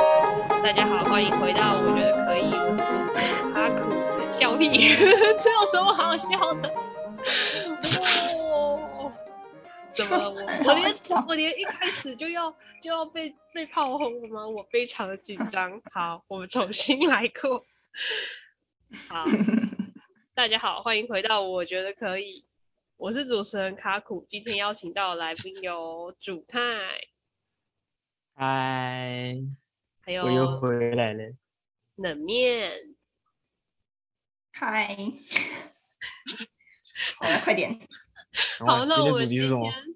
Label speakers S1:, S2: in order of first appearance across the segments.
S1: 大家好，欢迎回到我觉得可以，我是主持人哈苦，笑 屁，这有什么好笑的？哦，怎么了我我连我连一开始就要就要被被炮轰了吗？我非常的紧张。好，我们重新来过。好，大家好，欢迎回到我觉得可以，我是主持人卡苦，今天邀请到的来宾有主太，
S2: 嗨，
S1: 还
S2: 哎我又
S1: 有
S2: 回来了。
S1: 冷面。
S3: 嗨，好啊了，快点，
S1: 好，
S2: 哇
S1: 那我
S2: 今天
S1: 们
S2: 主题是什么？
S1: 今天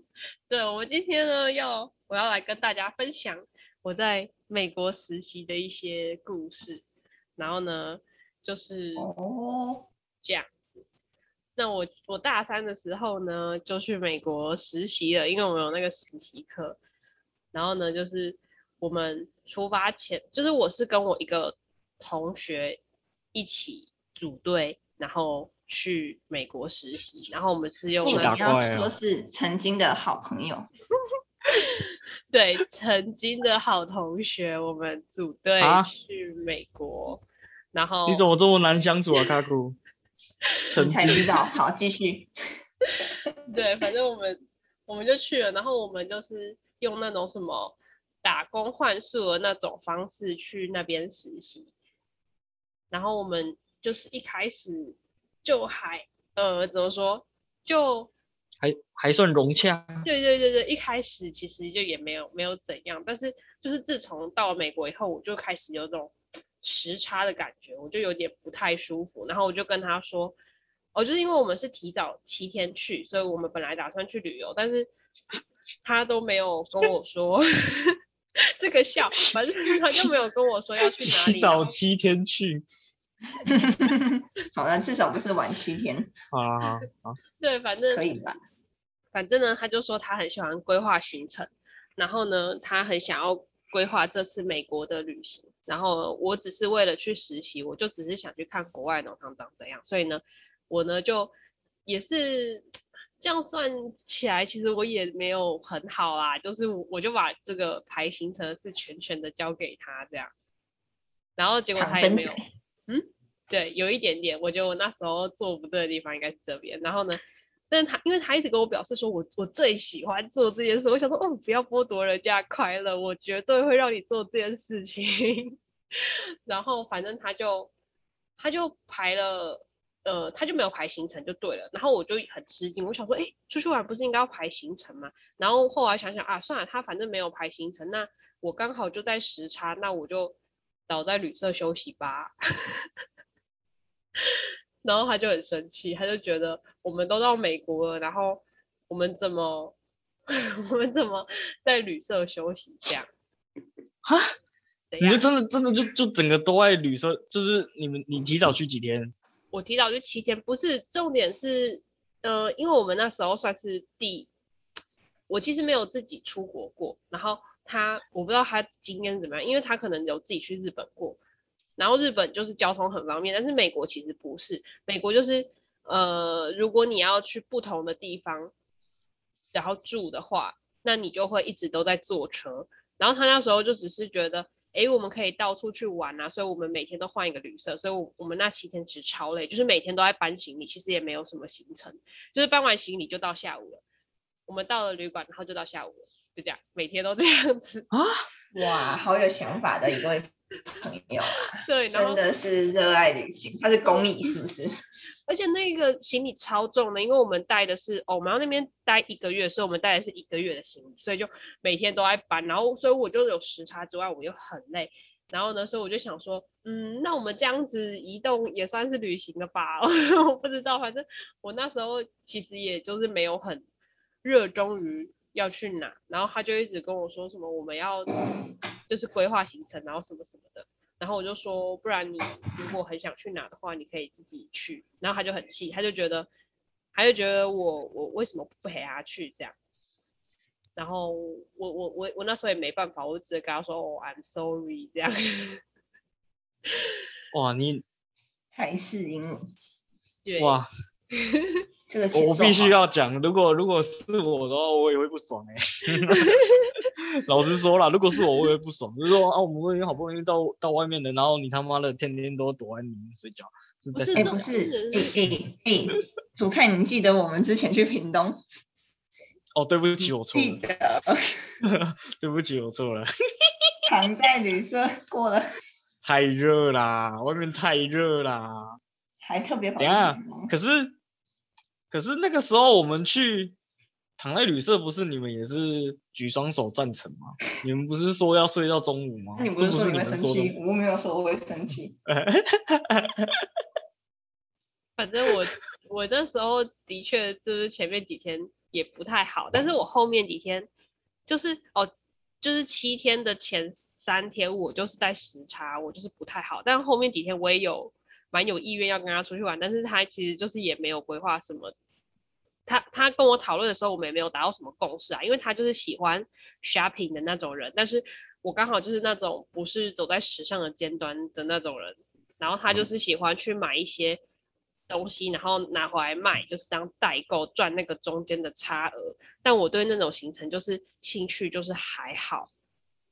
S1: 对，我们今天呢，要我要来跟大家分享我在美国实习的一些故事。然后呢，就是
S3: 哦，
S1: 这样子。那我我大三的时候呢，就去美国实习了，因为我们有那个实习课。然后呢，就是我们出发前，就是我是跟我一个同学一起组队，然后去美国实习。然后我们是用
S3: 不，
S1: 那
S3: 你
S2: 们打
S3: 要
S2: 怪啊
S3: 说是曾经的好朋友，
S1: 对，曾经的好同学，我们组队
S2: 啊
S1: 去美国，然后
S2: 你怎么这么难相处啊，卡古？曾
S3: 你才
S2: 经
S3: 知道。好，继续，
S1: 对，反正我们我们就去了，然后我们就是用那种什么打工换宿的那种方式去那边实习，然后我们就是一开始就还呃怎么说就
S2: 还还算融洽，
S1: 对对对对，一开始其实就也没有没有怎样，但是就是自从到美国以后，我就开始有种时差的感觉，我就有点不太舒服。然后我就跟他说，哦，就是因为我们是提早七天去，所以我们本来打算去旅游，但是他都没有跟我说 这个笑，反正他就没有跟我说 要去哪
S2: 提
S1: 里。然啊
S2: 早
S1: 后
S2: 七天去。
S3: 好了，至少不是晚七天，
S2: 好啦 好啦啊好，
S1: 对，反正
S3: 可以吧？
S1: 反正呢，他就说他很喜欢规划行程，然后呢，他很想要规划这次美国的旅行。然后我只是为了去实习，我就只是想去看国外农场长怎样。所以呢，我呢就也是这样算起来，其实我也没有很好啦，就是我我就把这个排行程的事全权的交给他这样，然后结果
S3: 糖
S1: 他也
S3: 分
S1: 没有嗯
S3: 仔，
S1: 对，有一点点，我觉得我那时候做不对的地方应该是这边。然后呢，但他因为他一直跟我表示说我我最喜欢做这件事，我想说哦，不要剥夺人家的快乐，我绝对会让你做这件事情。 然后反正他就他就排了，呃，他就没有排行程就对了。然后我就很吃惊，我想说，哎，出去玩不是应该要排行程吗？然后后来想想啊，算了，他反正没有排行程，那我刚好就在时差，那我就倒在旅社休息吧。 然后他就很生气，他就觉得我们都到美国了，然后我们怎么 我们怎么在旅社休息这样？
S2: 哈，
S1: 怎
S2: 你就
S1: 样？
S2: 真的真的就就整个都在旅社，就是你们你提早去几天？
S1: 我提早就七天，不是重点是，呃，因为我们那时候算是第，我其实没有自己出国过，然后他我不知道他经验怎么样，因为他可能有自己去日本过，然后日本就是交通很方便，但是美国其实不是，美国就是呃，如果你要去不同的地方，然后住的话，那你就会一直都在坐车。然后他那时候就只是觉得，诶，我们可以到处去玩啊，所以我们每天都换一个旅社，所以我我们那七天其实超累，就是每天都在搬行李，其实也没有什么行程，就是搬完行李就到下午了。我们到了旅馆，然后就到下午了，就这样，每天都这样子。
S3: 哇，好有想法的一位朋友啊，
S1: 对，然后
S3: 真的是热爱旅行，他是公益是不是？
S1: 而且那个行李超重的，因为我们带的是哦，我们要那边待一个月，所以我们带的是一个月的行李，所以就每天都在搬，然后所以我就有时差之外，我又很累。然后呢，所以我就想说，嗯，那我们这样子移动也算是旅行了吧？ 我不知道，反正我那时候其实也就是没有很热衷于要去哪，然后他就一直跟我说什么我们要就是规划行程，然后什么什么的。然后我就说，不然你如果很想去哪的话，你可以自己去。然后他就很气，他就觉得，他就觉得我我为什么不陪他去这样？然后我我我我那时候也没办法，我就直接跟他说，哦，I'm sorry 这样。
S2: 哇，你
S3: 台式英文，
S1: 对，
S2: 哇，
S3: 这个
S2: 我
S3: 钱
S2: 我必须要讲，如果如果是我的话，我也会不爽哎、 老实说啦，如果是我，我也会不爽，就是说啊，我们都已经好不容易到到外面了，然后你他妈的天天都躲在里面睡觉，是
S1: 不
S2: 在
S1: 是
S3: 哎、
S1: 这
S3: 不
S1: 种
S3: 是
S1: 事
S3: 哎哎哎，主菜，你记得我们之前去屏东，
S2: 哦，对不起，我错
S3: 记
S2: 了，
S3: 得
S2: 对不起，我错了，
S3: 躺在旅社过了，
S2: 太热啦，外面太热啦。
S3: 还特别跑
S2: 等
S3: 去
S2: 一下
S3: 屏东
S2: 可是可是那个时候我们去躺在旅社，不是你们也是举双手赞成吗？你们不是说要睡到中午吗？
S3: 那你不
S2: 这
S3: 是说
S2: 哦是
S3: 你会
S2: 们
S3: 生
S2: 说的
S3: 气
S2: 吗？？
S3: 我没有说我会生气。
S1: 反正我 我那时候的确就是前面几天也不太好，但是我后面几天就是哦，就是七天的前三天我就是在时差，我就是不太好，但后面几天我也有蛮有意愿要跟他出去玩，但是他其实就是也没有规划什么。他他跟我讨论的时候，我们也没有达到什么共识啊，因为他就是喜欢 shopping 的那种人，但是我刚好就是那种不是走在时尚的尖端的那种人，然后他就是喜欢去买一些东西，然后拿回来卖，就是当代购赚那个中间的差额。但我对那种行程就是兴趣就是还好，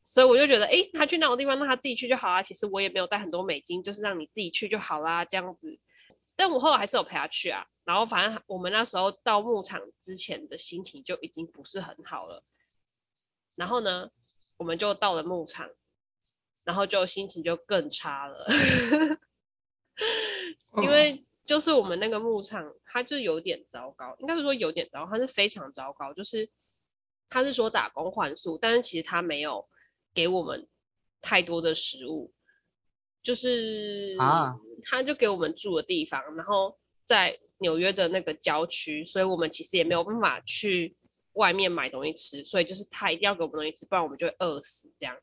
S1: 所以我就觉得，诶，他去那种地方，那他自己去就好啦。其实我也没有带很多美金，就是让你自己去就好啦，这样子。但我后来还是有陪他去啊。然后反正我们那时候到牧场之前的心情就已经不是很好了。然后呢，我们就到了牧场，然后就心情就更差了。
S2: 哦
S3: 嗯
S1: 因为就是我们那个牧场，它就有点糟糕，应该是说有点糟糕，它是非常糟糕。就是他是说打工换宿，但是其实他没有给我们太多的食物，就是
S2: 啊
S1: 他就给我们住的地方，然后在纽约的那个郊区，所以我们其实也没有办法去外面买东西吃，所以就是他一定要给我们东西吃，不然我们就会饿死这样。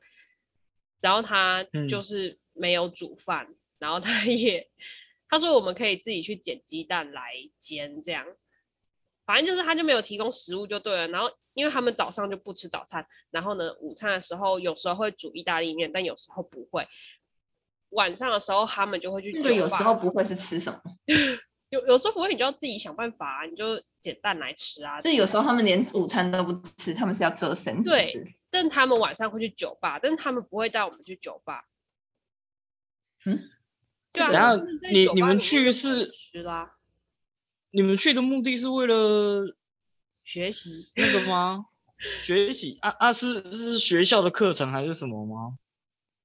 S1: 然后他
S2: 嗯
S1: 就是没有煮饭，然后他也他说我们可以自己去捡鸡蛋来煎这样，反正就是他就没有提供食物就对了。然后因为他们早上就不吃早餐，然后呢午餐的时候有时候会煮意大利面，但有时候不会。晚上的时候他们就会去
S3: 那
S1: 酒
S3: 个有时
S1: 吧
S3: 候不会是吃什么，
S1: 有有时候不会，你就要自己想办法、啊，你就捡蛋来吃啊。
S3: 就是有时候他们连午餐都不吃，他们是要遮身，是不
S1: 对
S3: 是？
S1: 但他们晚上会去酒吧，但是他们不会带我们去酒吧。
S3: 嗯，
S1: 对啊，
S2: 等下
S1: 就是在
S2: 你
S1: 酒吧
S2: 你们
S1: 里面
S2: 去
S1: 就是吃啦，
S2: 你们去的目的是为了
S1: 学习
S2: 那个吗？学习啊啊是是学校的课程还是什么吗？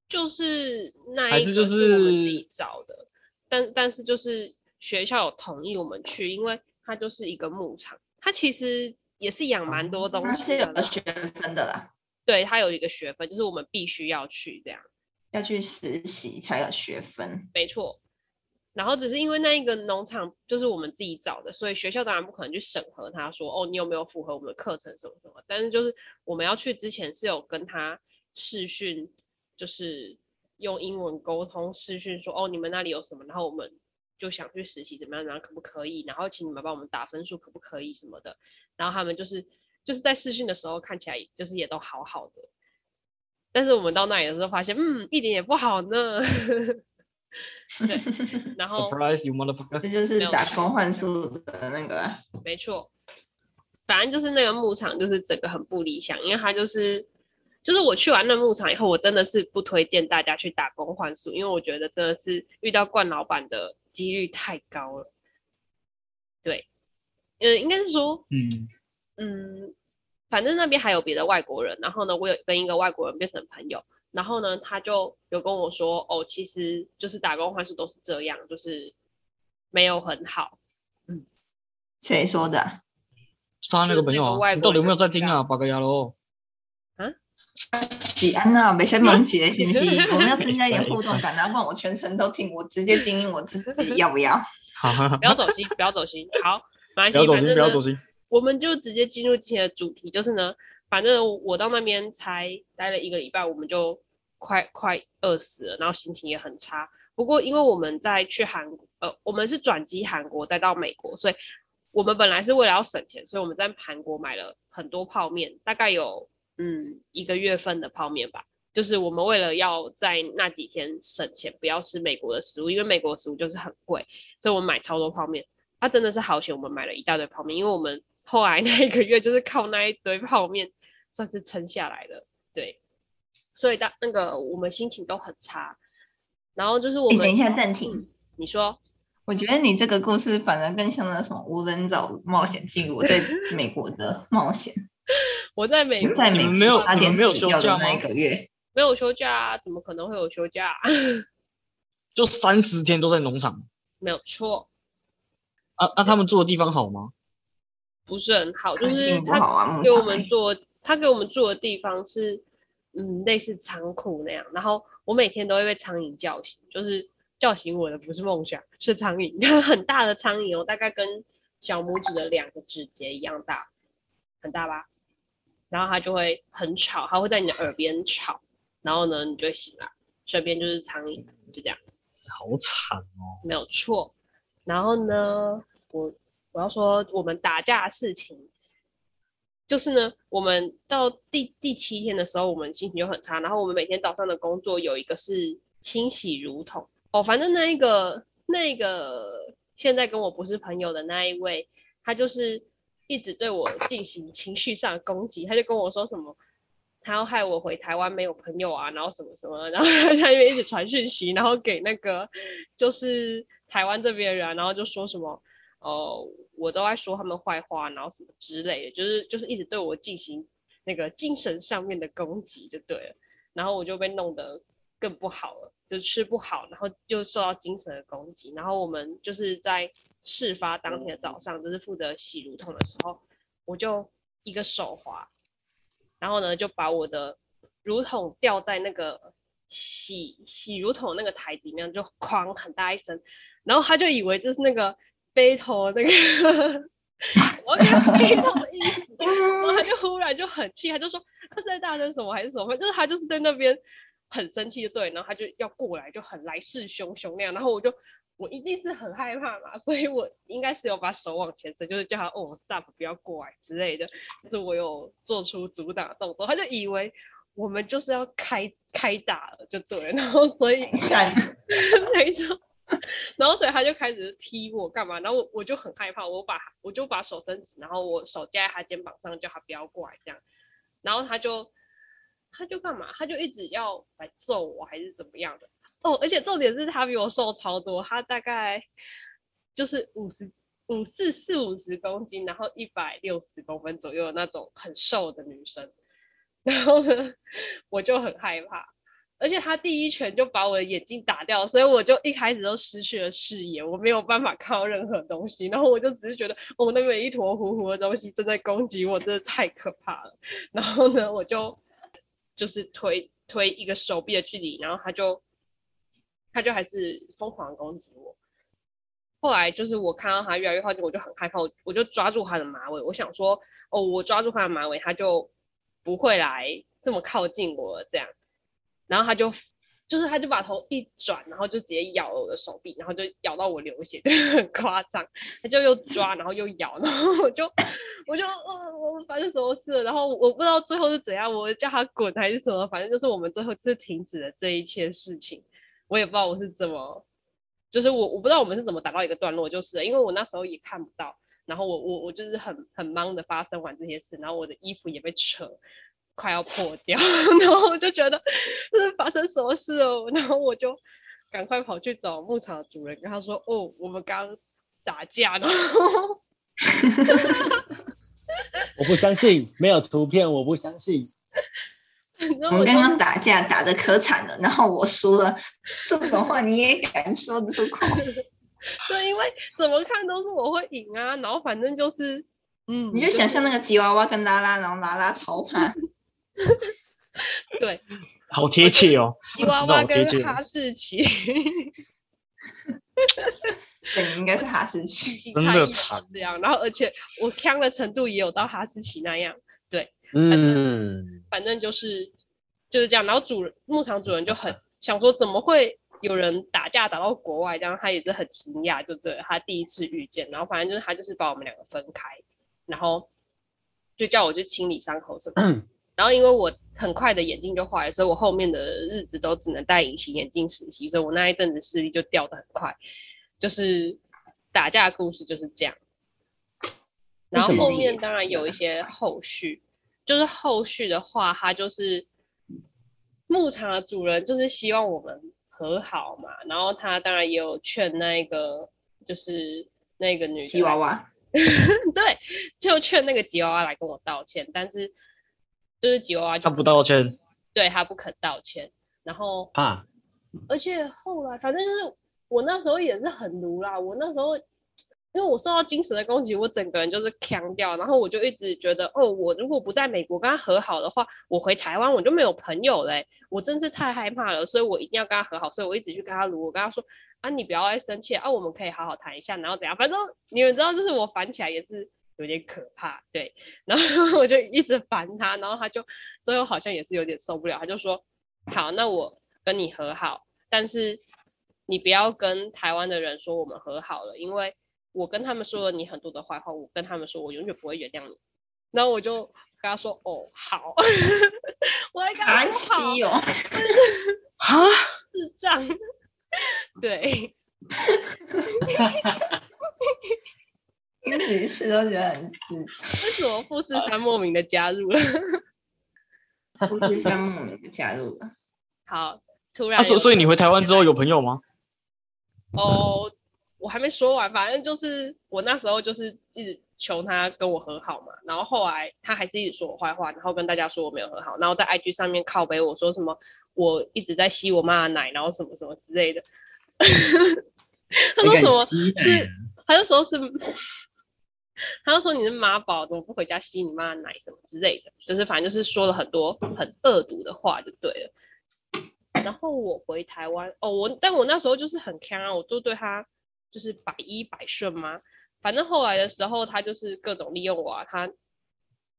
S1: 就是那
S2: 还
S1: 一
S2: 是
S1: 个
S2: 就是
S1: 我们自
S2: 是
S1: 己找的，但但是就是学校有同意我们去，因为它就是一个牧场，它其实也是养蛮多东
S3: 那
S1: 西
S3: 哦
S1: 啊
S3: 是
S1: 的
S3: 有
S1: 啦。
S3: 学分的啦，
S1: 对，它有一个学分，就是我们必须要去这样。
S3: 要去实习才有学分。
S1: 没错。然后只是因为那一个农场就是我们自己找的，所以学校当然不可能去审核他说哦，你有没有符合我们的课程什么什么。但是就是我们要去之前是有跟他视讯，就是用英文沟通视讯说哦，你们那里有什么，然后我们就想去实习怎么样，然后可不可以，然后请你们帮我们打分数可不可以什么的。然后他们就是就是在视讯的时候看起来就是也都好好的，但是我们到那里的时候发现，嗯，一点也不好呢。对，然后
S2: Surprise you motherfucker！
S3: 这就是
S1: 没有
S3: 打
S1: 错
S3: 工换宿的那个啊，
S1: 没错，反正就是那个牧场就是整个很不理想，因为它就是就是我去完那牧场以后，我真的是不推荐大家去打工换宿，因为我觉得真的是遇到惯老板的几率太高了。对，嗯，应该是说
S2: 嗯，
S1: 嗯，反正那边还有别的外国人，然后呢，我有跟一个外国人变成朋友，然后呢，他就有跟我说，哦，其实就是打工换宿都是这样，就是没有很好。
S3: 谁说的啊？
S2: 他那个朋友
S1: 就是那个
S2: 啊，
S1: 外国
S2: 你到底有没有在听啊？八个牙 喽！
S3: 喜安呐、啊，没先忙姐，行不行？我们要增加一点互动感，啊然后不然我全程都听，我直接精英我自 己，要不要？
S2: 哈哈哈
S1: 不要走心，不要走心。好，马来
S2: 不
S1: 西亚，
S2: 要走
S1: 反
S2: 心，
S1: 正
S2: 不要
S1: 呢
S2: 走心。
S1: 我们就直接进入今天的主题，就是呢，反正我到那边才待了一个礼拜，我们就快快饿死了，然后心情也很差。不过因为我们在去韩，呃，我们是转机韩国再到美国，所以我们本来是为了要省钱，所以我们在韩国买了很多泡面，大概有嗯一个月份的泡面吧。就是我们为了要在那几天省钱，不要吃美国的食物，因为美国的食物就是很贵，所以我们买超多泡面。啊，真的是好险，我们买了一大堆泡面，因为我们后来 那一个月就是靠那一堆泡面算是撑下来的，对，所以当那个我们心情都很差，然后就是我
S3: 哎
S1: 们、嗯
S3: 等一下暂停，
S1: 你说
S3: 我觉得你这个故事反而更像那什么无人岛冒险记录，我在美国的冒险，
S1: 我在美国
S3: 在
S2: 你
S3: 美
S2: 们没有
S3: 国啊差
S2: 你
S3: 点
S2: 们没有
S3: 死
S2: 休
S3: 掉
S2: 假
S3: 的那
S2: 吗
S3: 一个月，
S1: 没有休假啊，怎么可能会有休假、啊？
S2: 就三十天都在农场
S1: 没有错，
S2: 啊啊！他们住的地方好吗？
S1: 不是很好，就
S3: 肯
S1: 是
S3: 定不
S1: 他
S3: 好啊，牧
S1: 给我
S3: 场
S1: 们
S3: 欸
S1: 做，他给我们住的地方是，嗯，类似仓库那样。然后我每天都会被苍蝇叫醒，就是叫醒我的不是梦想，是苍蝇， 很大的苍蝇哦，大概跟小拇指的两个指节一样大，很大吧？然后它就会很吵，它会在你的耳边吵，然后呢，你就会醒来，身边就是苍蝇，就这样。
S2: 好惨哦！
S1: 没有错。然后呢，我我要说我们打架的事情，就是呢，我们到第第七天的时候，我们心情就很差。然后我们每天早上的工作有一个是清洗乳桶哦，反正那一个那个现在跟我不是朋友的那一位，他就是一直对我进行情绪上的攻击，他就跟我说什么。他要害我回台湾没有朋友啊，然后什么什么，然后 他那边一直传讯息，然后给那个就是台湾这边的人啊，然后就说什么，哦，我都在说他们坏话，然后什么之类的，就是就是一直对我进行那个精神上面的攻击就对了，然后我就被弄得更不好了，就吃不好，然后又受到精神的攻击，然后我们就是在事发当天的早上，就是负责洗乳桶的时候，我就一个手滑，然后呢就把我的乳桶掉在那个洗洗乳桶那个台子里面，就哐很大一声，然后他就以为这是那个背头那个， 我给他背头的意思，然
S2: 啊
S1: 后他就忽然就很气，他就说他是在大声什么还是什么，就是他就是在那边很生气，就对，然后他就要过来，就很来势汹汹那样，然后我就。我一定是很害怕嘛， 所以我应该是有把手往前伸，就是叫他哦 stop 不要过来之类的，就是我有做出阻挡的动作，他就以为我们就是要开开打了，就对了，然后所以
S3: 等一下，
S1: 没错。然后所以他就开始踢我干嘛，然后我我就很害怕，我把我就把手伸直，然后我手架在他肩膀上，叫他不要过来这样，然后他就他就干嘛，他就一直要来揍我还是怎么样的哦，而且重点是他比我瘦超多，他大概就是五十五四四五十公斤，然后一百六十公分左右的那种很瘦的女生， 然后呢我就很害怕，而且他第一拳就把我的眼睛打掉，所以我就一开始都失去了视野，我没有办法看到任何东西。然后我就只是觉得，哦，那边一坨糊糊的东西正在攻击我，真的太可怕了。然后呢，我就就是推推一个手臂的距离，然后他就他就还是疯狂地攻击我。后来就是我看到他越来越靠近，我就很害怕，我我就抓住他的马尾，我想说，哦，我抓住他的马尾，他就不会来这么靠近我了这样。然后他就就是他就把头一转，然后就直接咬了我的手臂，然后就咬到我流血， 就是很夸张。他就又抓，然后又咬，然后我就我就呃我反正什么事了，然后我不知道最后是怎样，我叫他滚还是什么，反正就是我们最后是停止了这一切事情。我也不知道我是怎么，就是我我不知道我们是怎么打到一个段落，就是了因为我那时候也看不到，然后我我我就是很很忙的发生完这些事，然后我的衣服也被扯。快要破掉， 然后我就觉得这是发生什么事哦， 然后我就赶快跑去找牧场的主人，跟他说：“哦，我们刚打架，然后
S4: 我不相信，没有图片，我不相信。
S1: 然
S3: 我
S1: 后
S3: 们
S1: 我就
S3: 刚刚打架打的可惨了，然后我输了，这种话你也敢说得出 口？
S1: 对，因为怎么看都是我会赢啊，然后反正就是，嗯，
S3: 你就想象那个吉娃娃跟拉拉，然后拉拉超怕，
S1: 对
S2: 好贴切哦！
S1: 吉娃
S2: 那
S1: 娃
S2: 我贴
S1: 跟
S2: 近
S1: 哈士奇，
S3: 对，你应该是哈士奇。
S1: 性
S2: 真
S1: 差
S2: 的
S1: 异是
S2: 惨
S1: 这样，然后而且我呛的程度也有到哈士奇那样，
S4: 嗯，
S1: 反正就是就是这样。然后主人牧场主人就很想说，怎么会有人打架打到国外？这样他也是很惊讶，就对了他第一次遇见。然后反正就是他就是把我们两个分开，然后就叫我去清理伤口什么的。然后因为我很快的眼镜就坏了，所以我后面的日子都只能戴隐形眼镜实习，所以我那一阵子视力就掉的很快，就是打架的故事就是这样。然后
S4: 为什么
S1: 后面当然有一些后续，就是后续的话，他就是牧场的主人，就是希望我们和好嘛。然后他当然也有劝那个，就是那个女的
S3: 吉娃娃，
S1: 对，就劝那个吉娃娃来跟我道歉，但是就是吉娃娃就
S2: 他不道歉，
S1: 对他不肯道歉，然后
S4: 怕
S1: 而且后来反正就是我那时候也是很奴啦，我那时候因为我受到精神的攻击，我整个人就是腔掉，然后我就一直觉得哦，我如果不在美国跟他和好的话，我回台湾我就没有朋友嘞、我真是太害怕了，所以我一定要跟他和好，所以我一直去跟他撸，我跟他说啊，你不要再生气了啊，我们可以好好谈一下，然后怎样，反正你们知道，就是我烦起来也是有点可怕，对，然后 我就一直烦他，然后他就最后好像也是有点受不了，他就说好，那我跟你和好，但是你不要跟台湾的人说我们和好了，因为我跟他们说了你很多的坏话，我跟他们说我永远不会原谅你，然后我就跟他说哦好， 我还跟他
S3: 安
S1: 说好
S3: 息哦，
S2: 哈，
S1: 智障。 对，
S3: 因为每次都觉得很自责。
S1: 为什么富士山莫名的加入了？
S3: 不是山木你的加入了，
S1: 好，突然
S2: 啊，
S1: 有
S2: 所
S1: 这个、
S2: 所以你回台湾之后有朋友吗？
S1: 哦，我还没说完，反正就是我那时候就是一直求他跟我和好嘛，然后后来他还是一直说我坏话，然后跟大家说我没有和好，然后在 IG 上面靠背我说什么我一直在吸我妈的奶，然后什么什么之类的。
S2: 哎
S1: 他说
S4: 还
S1: 什
S4: 敢
S1: 么
S4: 吸奶
S1: 是，他就说是， 他就说你是妈宝，怎么不回家吸你妈的奶什么之类的，就是反正就是说了很多很恶毒的话就对了。然后我回台湾，哦，我但我那时候就是很强啊，我就对他就是百依百顺嘛。反正后来的时候，他就是各种利用我啊，他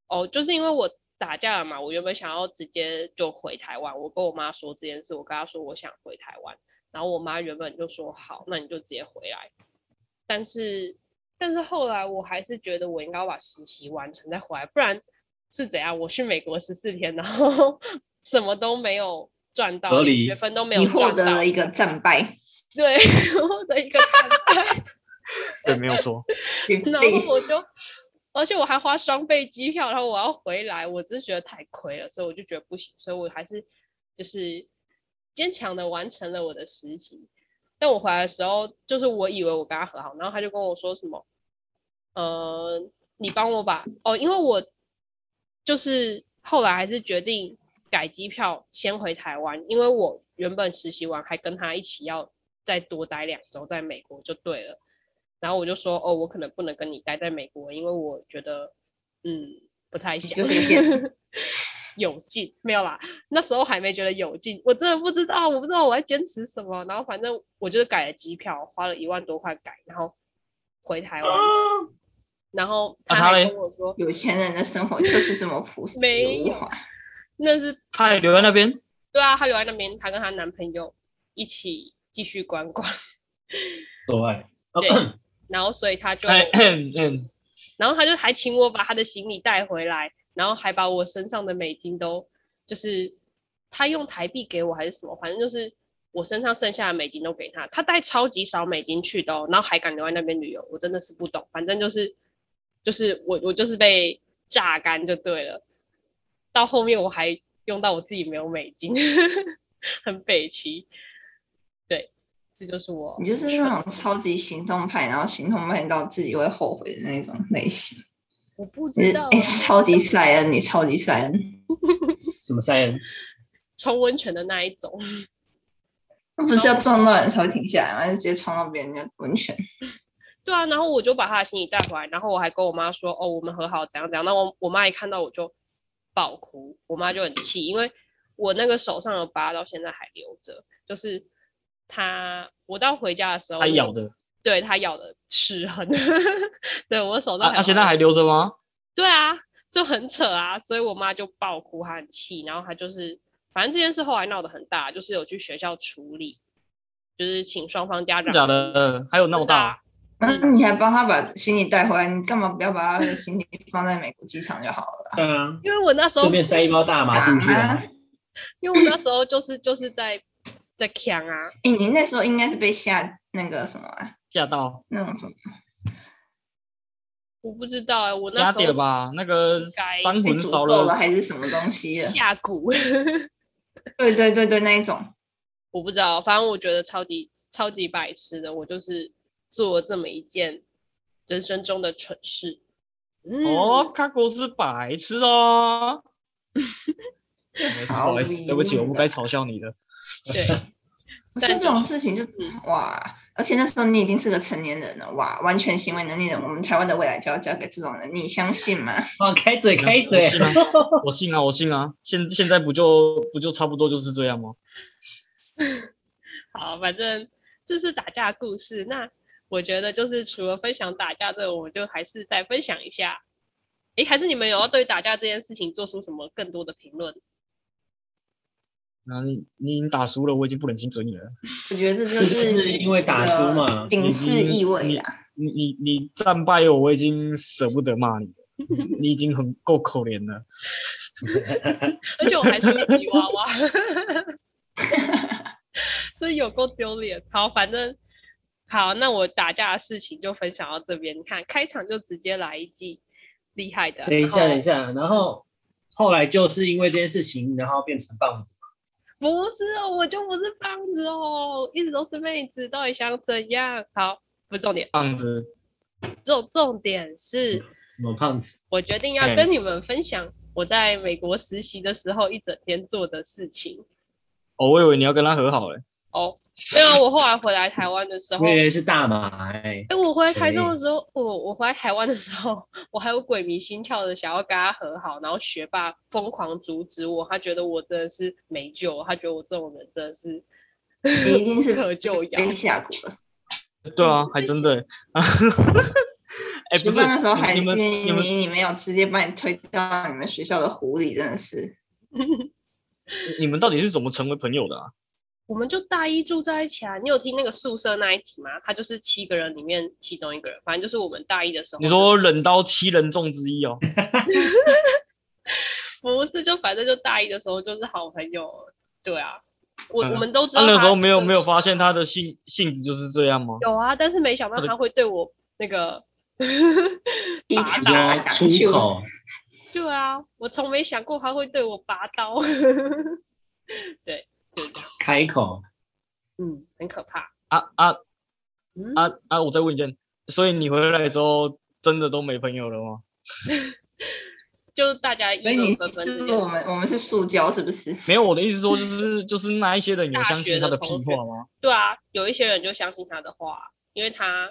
S1: 哦，就是因为我打架了嘛，我原本想要直接就回台湾，我跟我妈说这件事，我跟她说我想回台湾，然后我妈原本就说好，那你就直接回来。但是但是后来我还是觉得我应该要把实习完成再回来，不然是怎样？我去美国十四天，然后 什么都没有赚到，
S4: 隔
S1: 连
S4: 离
S1: 学分都没有
S3: 你获
S1: 赚
S3: 得
S1: 到，
S3: 了一个战败，
S1: 对， 获得一个 惨败。
S2: 对，没有错。
S3: 你
S1: 然
S3: 被
S1: 后我就，而且我还花双倍机票，然后我要回来，我只是觉得太亏了，所以我就觉得不行，所以我还是就是坚强的完成了我的实习。但我回来的时候，就是我以为我跟他和好，然后他就跟我说什么，呃，你帮我把哦，因为我就是后来还是决定改机票先回台湾，因为我原本实习完还跟他一起要再多待两周在美国就对了。然后我就说，哦，我可能不能跟你待在美国，因为我觉得，嗯，不太想。
S3: 就是个贱人
S1: 有劲没有啦，那时候还没觉得有劲，我真的不知道，我不知道我在坚持什么。然后反正我就是改了机票，花了一万多块改，然后回台湾。然后
S2: 啊
S1: 他
S2: 他
S1: 还
S2: 嘞
S1: 跟我说，
S3: 有钱人的生活就是这么朴实
S1: 没
S3: 无
S1: 有
S3: 华。
S1: 那是
S2: 他还留在那边，
S1: 对啊，她留在那边，她跟她男朋友一起继续观 光，
S4: 所谓
S1: 对，然后所以她就，
S2: 哎，嗯嗯，
S1: 然后她就还请我把她的行李带回来，然后还把我身上的美金都，就是她用台币给我还是什么，反正就是我身上剩下的美金都给她，她带超级少美金去的、哦，然后还敢留在那边旅游，我真的是不懂，反正就是就是我我就是被榨干就对了，到后面我还用到我自己没有美金， 很北齐，对，这就是我
S3: 你就是那种超级行动派，然后行动派到自己会后悔的那种类型。
S1: 我不
S3: 你
S1: 知
S3: 是
S1: 道啊、
S3: 哎、超 级赛恩，你超级赛恩，
S4: 什么赛恩？
S1: 冲温泉的那一种，
S3: 那不是要撞到人才会停下来吗？就直接冲到别人家温泉。
S1: 对啊，然后我就把他的行李带回来，然后我还跟我妈说，哦，我们和好怎样怎样。那我我妈一看到我就爆哭，我妈就很气，因为我那个手上的疤到现在还留着，就是她我到回家的时候，
S2: 他咬，的，
S1: 对她咬的齿痕， 对我手上
S2: 啊，
S1: 还有
S2: 他现在还留着吗？
S1: 对啊，就很扯啊，所以我妈就爆哭，她很气，然后她就是，反正这件事后来闹得很大，就是有去学校处理，就是请双方家
S2: 真的
S1: 长啊
S2: 假的？还有那么大？
S3: 那你还帮他把行李带回来，你干嘛不要把他的行李放在美国机场就好了啊？
S4: 对啊，
S1: 因为我那时候
S4: 顺，便塞一包大麻进去啊
S3: 啊！
S1: 因为我那时候就是就是在在抢啊，
S3: 哎、你那时候应该是被下那个什么啊
S2: 吓到
S3: 那种什么
S1: 我不知道哎、我那
S2: 压
S1: 时
S2: 跌了
S1: 候
S2: 吧？那个
S1: 该
S2: 三
S3: 被
S2: 魂
S3: 诅
S2: 少
S3: 咒了
S2: 了，
S3: 还是什么东西的？
S1: 下蛊，
S3: 对对对对，那一种。
S1: 我不知道，反正我觉得超级超级白痴的，我就是做了这么一件人生中的蠢事。嗯、
S2: 哦，，卡狗是白痴 哦。没事，不好意思，对不起，我不该嘲笑你的。
S1: 对，
S3: 不是
S1: 但
S3: 这种事情就哇，而且那时候你已经是个成年人了，哇，完全行为能力人，我们台湾的未来就要交给这种人，你相信吗？
S4: 啊，开嘴开嘴
S2: 我，信啊，我信啊，我信啊。现现在不就不就差不多就是这样吗？
S1: 好，反正这是打架的故事。那我觉得就是除了分享打架这个，我就还是再分享一下。诶，还是你们有要对打架这件事情做出什么更多的评论？
S2: 那、你你已经打输了，我已经不忍心嘴你了。
S3: 我觉得这就是是
S4: 因为打输嘛
S3: 警示意味啦。
S2: 你你你战败我，我已经舍不得骂你了。你你已经很够可怜了。
S1: 而且我还是个吉娃娃，这有够丢脸。好，反正好，那我打架的事情就分享到这边。你看，开场就直接来一记厉害的。
S4: 等一下
S1: 然后
S4: 等一下，然后后来就是因为这件事情，然后变成棒子，
S1: 不是哦，我就不是棒子哦，一直都是妹子，到底想怎样？好，不是重点，
S2: 胖子，
S1: 重重点是
S4: 什么胖子？
S1: 我决定要
S2: 哎
S1: 跟
S4: 嗯
S1: 你们分享我在美国实习的时候一整天做的事情
S2: 哦，我以为你要跟他和好嘞。
S1: 哦。没有，我后来回来台湾的时候
S4: 我，以为是大马哎、
S1: 哎，我回来台中的时候，我我回来台湾的时候，我还有鬼迷心窍的想要跟他和好，然后学霸疯狂阻止我，他觉得我真的是没救，他觉得我这种人真的是
S3: 你一定
S1: 不
S3: 是
S1: 可 啊救药。
S3: 被下蛊了。
S2: 对啊，还真的欸。 哎、
S3: 学
S2: 不是
S3: 霸那时候
S2: 你
S3: 还
S2: 你们
S3: 愿意
S2: 你们
S3: 你，你没有直接把你推到你们学校的湖里，真的是。
S2: 你们到底是怎么成为朋友的啊？
S1: 我们就大一住在一起啊。你有听那个宿舍那一集吗？他就是七个人里面其中一个人，反正就是我们大一的时候。
S2: 你说忍刀七人众之一哦，
S1: 嗯不是？就反正就大一的时候就是好朋友，对啊。我、
S2: 嗯
S1: 我们都知
S2: 他
S1: 道
S2: 那时候没有
S1: 是
S2: 没有发现他的性性质就是这样吗？
S1: 有啊，但是没想到
S2: 他的
S1: 他会对我那个，
S3: 一
S1: 打
S3: 打
S4: 你说
S3: 打
S4: 出
S3: 球，
S4: 口，
S1: 对啊，我从没想过他会对我拔刀。 对，就是这样，
S4: 开口，
S1: 嗯，很可怕。
S2: 啊啊
S1: 嗯，
S2: 啊啊！我再问一件，所以你回来之后真的都没朋友了吗？
S1: 就是大家议
S3: 啊所以你
S1: 论纷纷
S3: 是
S1: 之
S3: 不
S1: 间
S3: 是我们我们是塑胶是不是？
S2: 没有，我的意思说就是 就是那一些人有
S1: 大
S2: 相
S1: 学
S2: 信
S1: 的
S2: 他的屁
S1: 同学
S2: 话吗？
S1: 对啊，有一些人就相信他的话，因为他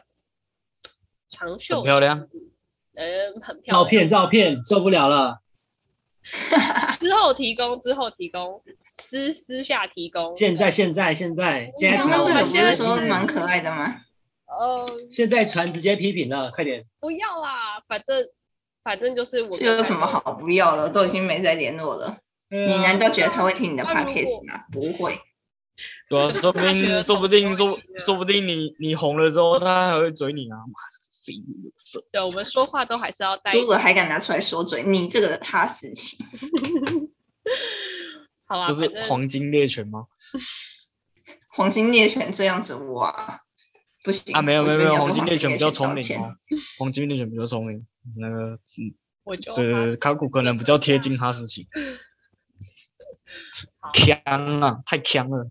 S1: 长袖
S2: 很漂亮
S1: 善舞，嗯，很漂
S4: 照
S1: 亮。
S4: 片照片，受不了了，
S1: 之后提供，之后提供，私私下提供。
S4: 现在现在现在现
S3: 你
S4: 在
S3: 刚刚
S4: 传
S1: 我
S3: 对我
S1: 们
S3: 不
S1: 现在
S3: 是
S1: 是
S3: 说蛮可爱的吗？
S1: 呃，
S4: 现在传直接批评了，快点，
S1: 不要啦，反正反正就是我。
S3: 这有什么？好不要的？都已经没再联络了。
S4: 啊
S3: 你难道觉得他会听你的
S1: 那如果
S3: podcast 吗？不会。
S2: 对啊，说不
S1: 大学的
S2: 定说不定说
S1: 同学
S2: 说不定你你红了之后他还会追你啊！妈的，肥物色
S1: 对，我们说话都还是要带。
S3: 输了还敢拿出来说嘴，你这个哈士奇。
S1: 好啦，
S2: 不
S1: 啊
S2: 是
S1: 反正
S2: 黄金猎犬吗？
S3: 黄金猎犬这样子哇，不行
S2: 啊，没有
S3: 我
S2: 没有没
S3: 觉得你要
S2: 有，黄
S3: 跟
S2: 金猎犬比较聪
S3: 道
S2: 明
S3: 歉
S2: 哦，黄金猎犬比较聪明。那个，嗯，
S1: 我就
S2: 对对对，卡古可能比较贴。近哈士奇
S1: 好。
S2: 强了，啊太强了。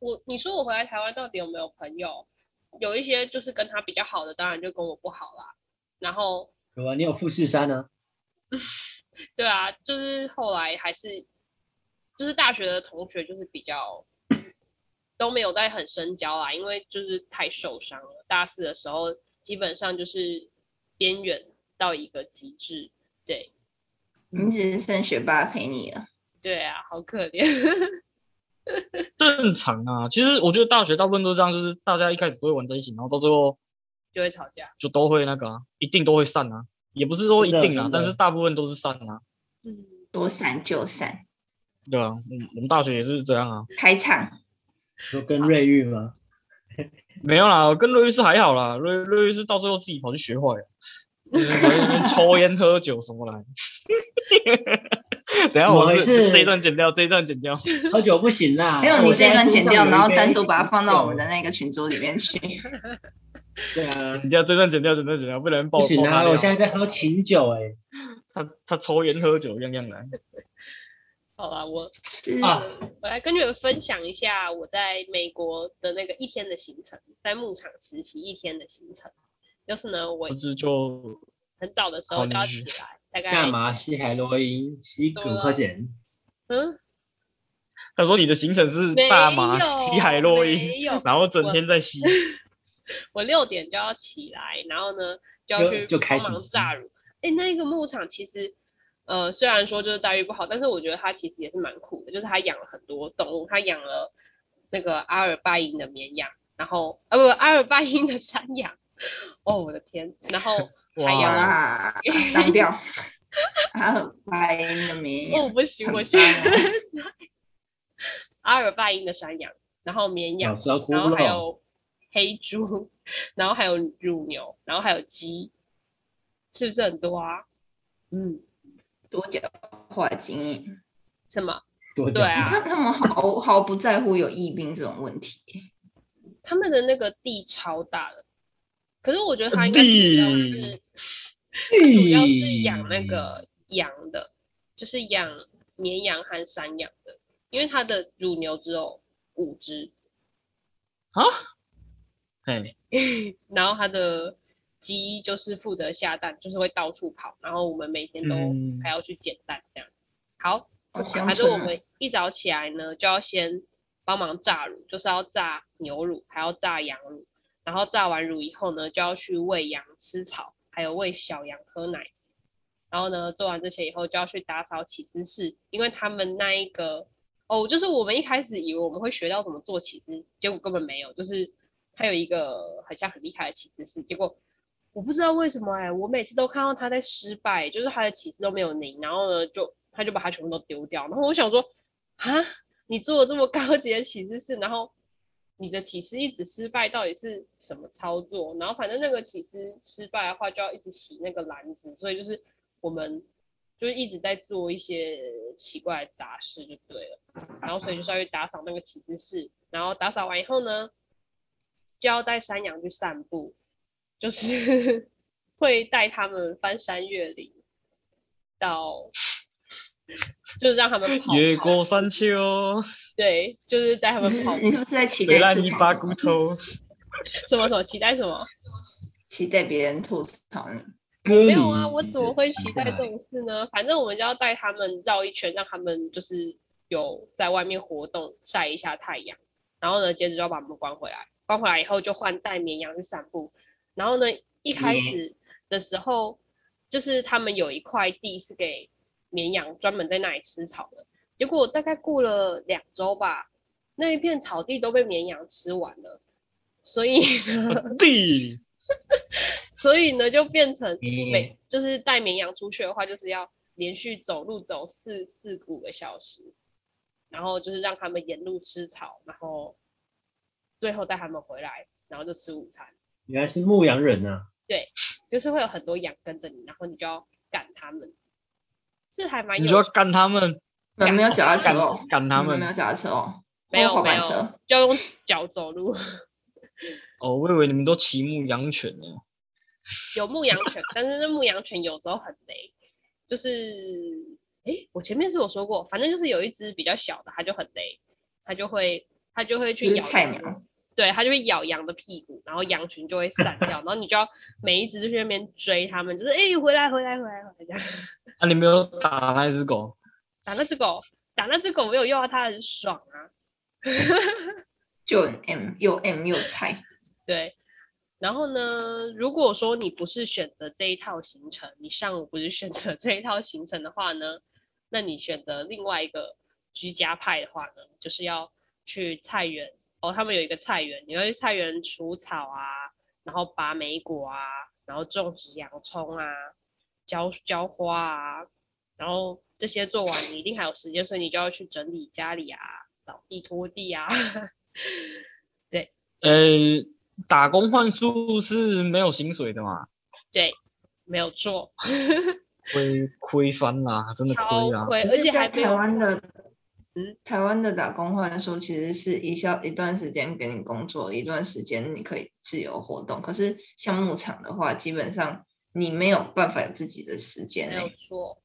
S1: 我你说我回来台湾到底有没有朋友？有一些就是跟他比较好的，当然就跟我不好啦。然后
S4: 有啊，你有富士山啊，
S1: 对啊，就是后来还是就是大学的同学就是比较都没有在很深交啦，因为就是太受伤了。大四的时候基本上就是边缘到一个极致，对
S3: 你只剩学霸陪你了。
S1: 对啊，好可怜。
S2: 正常啊，其实我觉得大学大部分都这样，就是大家一开始都会玩在一起，然后到最后
S1: 就会吵架，
S2: 就都会那个、啊，一定都会散啊，也不是说一
S4: 真
S2: 定
S4: 的
S2: 啊
S4: 真，的
S2: 但是大部分都是散啊，
S1: 嗯，
S3: 说散就散，
S2: 对啊，嗯，我们大学也是这样啊，
S3: 开场
S4: 有跟瑞玉吗？
S2: 没有啦，我跟瑞律师还好啦，瑞瑞律师到最后自己跑去学坏了，就是跑去那边抽烟喝酒什么来。 等一下我
S4: 某一
S2: 是
S4: 次
S2: 这这一段剪掉，这一段剪掉。
S4: 喝酒不行啦，
S3: 没有
S4: 啊我
S3: 你这
S4: 现
S3: 一
S4: 在
S3: 段
S4: 桌
S3: 剪
S4: 上
S3: 掉，
S4: 有一
S3: 然后
S4: 杯
S3: 单独把它
S4: 啤
S3: 放到我
S4: 酒
S3: 们的那个群组里面去。
S4: 对啊，
S2: 剪掉这段，剪掉，剪掉，剪掉，不然爆
S4: 不行
S2: 爆他
S4: 啊，
S2: 料
S4: 我现在在喝琴酒哎、
S2: 他他抽烟喝酒样样来。
S1: 好啦，我
S3: 是
S4: 啊
S1: 我来跟你们分享一下我在美国的那个一天的行程，在牧场实习一天的行程。就是呢，我
S2: 不是就
S1: 很早的时
S2: 好
S1: 候
S2: 你
S1: 就要
S2: 继
S1: 起
S2: 续
S1: 来，大概
S4: 干嘛吸海洛因、吸骨
S1: 对啊
S4: 快点，
S1: 嗯，
S2: 他说你的行程是
S1: 没
S2: 大麻、
S1: 有
S2: 吸海洛因，
S1: 没有
S2: 然后整天在吸。
S1: 我六点就要起来，然后呢就要
S4: 就
S1: 去
S4: 就开始
S1: 帮忙
S4: 吃
S1: 炸乳。哎、那个牧场其实，呃，虽然说就是待遇不好，但是我觉得它其实也是蛮酷的，就是它养了很多动物，它养了那个阿尔拜因的绵羊，然后啊不阿尔拜因的山羊，哦我的天，然后还
S2: 哇
S1: 养了
S3: 哇，当掉， 啊阿尔拜因的绵
S1: 哦
S3: 羊，
S1: 不行
S3: 很
S1: 我是
S3: 棒啊
S1: 阿尔拜因的山羊，然后绵羊
S4: 老，是要哭
S1: 然后还
S4: 了。
S1: 有黑猪， 然后还有乳牛，然后还有鸡，是不是很多啊？嗯，
S3: 多角化经验，
S1: 什么？
S4: 多久
S1: 对啊
S3: 他他们毫毫不在乎有疫病这种问题，
S1: 他们的那个地超大的，可是我觉得它应该主要是主要是养那个羊的，就是养绵羊和山羊的，因为它的乳牛只有五只，
S2: 啊嘿，
S1: 然后它的鸡就是负责下蛋，就是会到处跑，然后我们每天都
S2: 嗯
S1: 还要去捡蛋这样。好，
S3: 好乡
S1: 反正我
S3: 村啊
S1: 们一早起来呢，就要先帮忙炸乳，就是要炸牛乳，还要炸羊乳。然后炸完乳以后呢，就要去喂羊吃草，还有喂小羊喝奶。然后呢，做完这些以后，就要去打扫起司室，因为他们那一个哦，就是我们一开始以为我们会学到怎么做起司，结果根本没有，就是它有一个很像很厉害的起司室，结果我不知道为什么哎、我每次都看到他在失败，就是他的起司都没有拧，然后呢就他就把它全部都丢掉，然后我想说啊，你做了这么高级的起司室，然后你的起司一直失败，到底是什么操作？然后反正那个起司失败的话，就要一直洗那个篮子，所以就是我们就是一直在做一些奇怪的杂事就对了。然后所以就是要去打扫那个起司室，然后打扫完以后呢，就要带山羊去散步，就是 会带他们翻山越岭到，就是让他们跑
S2: 越
S1: 跑
S2: 过山丘，
S1: 对，就是带他
S3: 你
S1: 们
S3: 是
S1: 跑
S3: 你是不是在期
S2: 回
S3: 待
S2: 来
S3: 吐
S2: 你
S3: 槽
S2: 拔
S3: 什
S2: 骨
S3: 么？
S2: 头。
S1: 什么什么期待什么？
S3: 期待别人吐槽你？
S4: 没
S1: 没有啊，我怎么会期待这种事呢？反正我们就要带他们绕一圈，让他们就是有在外面活动，晒一下太阳。然后呢，接着就要把他们关回来，关回来以后就换带绵羊去散步。然后呢，一开
S4: 嗯
S1: 始的时候，就是他们有一块地是给绵羊专门在那里吃草的。结果大概过了两周吧，那一片草地都被绵羊吃完了，所以呢，
S2: 地，
S1: 所以呢，就变成每
S4: 嗯
S1: 就是带绵羊出去的话，就是要连续走路走四四五个小时，然后就是让他们沿路吃草，然后最后带他们回来，然后就吃午餐，
S4: 原来是牧羊人啊，
S1: 就是会有很多羊跟着你，然后你就要赶他们，这还蛮
S2: 你
S1: 有
S2: 就要干他们，
S3: 你们没有脚踏车哦
S2: 干，干他
S3: 你没有
S2: 们。
S3: 脚踏车哦，
S1: 没有
S3: 或滑
S1: 没
S3: 板
S1: 有
S3: 车，
S1: 就要用脚走路，
S2: 哦，我以为你们都骑牧羊犬呢。
S1: 有牧羊犬，但是那牧羊犬有时候很雷，就是诶，我前面是有说过，反正就是有一只比较小的，它就很雷，它就会它就会去
S3: 就是
S1: 咬
S3: 菜
S1: 羊
S3: 鸟
S1: 的，对，它就会咬羊的屁股，然后羊群就会散掉，然后你就要每一只就去那边追它们，就是诶，回来回来回来回来这样，
S2: 啊，你没有打那只狗，
S1: 打那只狗，打那只狗没有用啊，它很爽啊，
S3: 就很 M 又 M 又菜，
S1: 对，然后呢，如果说你不是选择这一套行程，你上午不是选择这一套行程的话呢，那你选择另外一个居家派的话呢，就是要去菜园哦，他们有一个菜园，你要去菜园除草啊，然后拔莓果啊，然后种植洋葱啊，浇浇花啊，然后这些做完，你一定还有时间，所以你就要去整理家里啊，扫地拖地啊。
S2: 呃，打工换宿是没有薪水的嘛，
S1: 对，没有错，
S2: 亏亏翻啦，真的亏啊
S1: 超
S2: 啦。
S1: 亏，
S3: 可
S1: 而
S3: 是
S1: 且
S3: 在
S1: 还没
S3: 台
S1: 有
S3: 湾的
S1: 嗯
S3: 台湾的打工换宿其实是一小一段时间给你工作，一段时间你可以自由活动。可是像牧场的话，基本上你没有办法有自己的时间、
S1: 没
S3: 欸
S1: 有。错，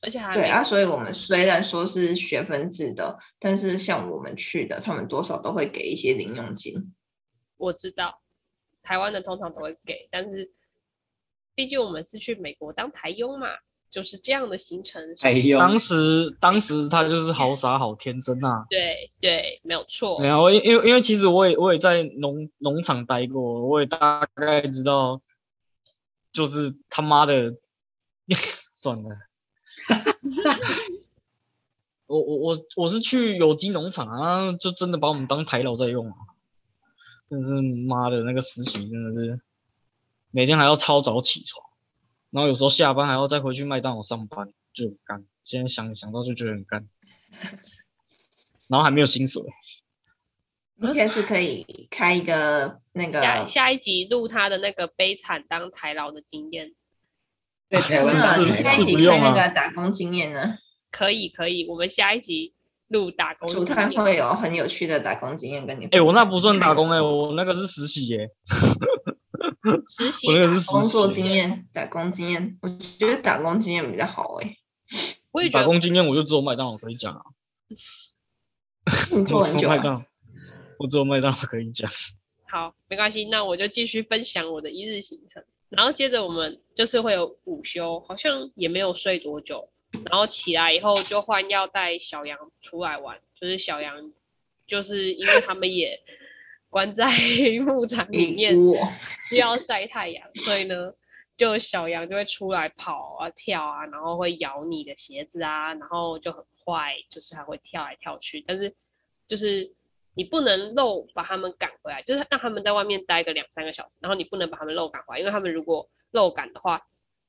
S1: 而且还
S3: 对
S1: 没
S2: 嗯
S3: 啊，所以我们虽然说是学分制的，但是像我们去的，他们多少都会给一些零用金。
S1: 我知道，台湾的通常都会给，但是毕竟我们是去美国当台佣嘛，就是这样的行程是。
S4: 哎呦，
S2: 当时当时他就是好傻好天真啊，
S1: 对对，没有错。
S2: 然啊后因因为因为其实我也我也在农农场待过，我也大概知道，就是他妈的， 算了。 我我我我是去有机农场啊，就真的把我们当台老在用啊，真是妈的那个实习真的是，每天还要超早起床，然后有时候下班还要再回去麦当劳上班，就很干。现在想想到就觉得很干， 然后还没有薪水。嗯
S3: 你下次可以开一个那个，
S1: 下下一集录他的那个悲惨当台劳的经验，
S4: 在台
S3: 真
S4: 湾
S2: 是啊
S3: 的，
S4: 当
S3: 呃你
S2: 是
S3: 下一集
S2: 不用
S3: 开那
S2: 啊
S3: 个打工经验呢，
S1: 可以可以，我们下一集录打工
S3: 主
S1: 经
S3: 探
S1: 验。
S3: 会有很有趣的打工经验跟你分
S2: 啊哎、
S3: 享。
S2: 我那不算打
S3: 看
S2: 工哎、我那个是实习耶、
S1: 实习
S2: 我那个是实
S3: 工作
S2: 习
S3: 经验，打工经验，我觉得打工经验比较好哎、
S1: 我也觉
S2: 打
S1: 得
S2: 工经验我就只有麦当劳可以讲啊，
S3: 你做
S2: 我只
S3: 很
S2: 有
S3: 久啊
S2: 麦
S3: 了，
S2: 当劳，我只有麦当劳可以讲。
S1: 好，没关系，那我就继续分享我的一日行程。然后接着我们就是会有午休，好像也没有睡多久，然后起来以后就换要带小羊出来玩，就是小羊，就是因为他们也关在 牧场里
S3: 你
S1: 面，
S3: 我
S1: 需要晒太阳，所以呢，就小羊就会出来跑啊、跳啊，然后会咬你的鞋子啊，然后就很坏，就是还会跳来跳去。但是就是你不能漏把它们赶回来，就是让他们在外面待个两三个小时，然后你不能把它们漏赶回来，因为他们如果漏赶的话，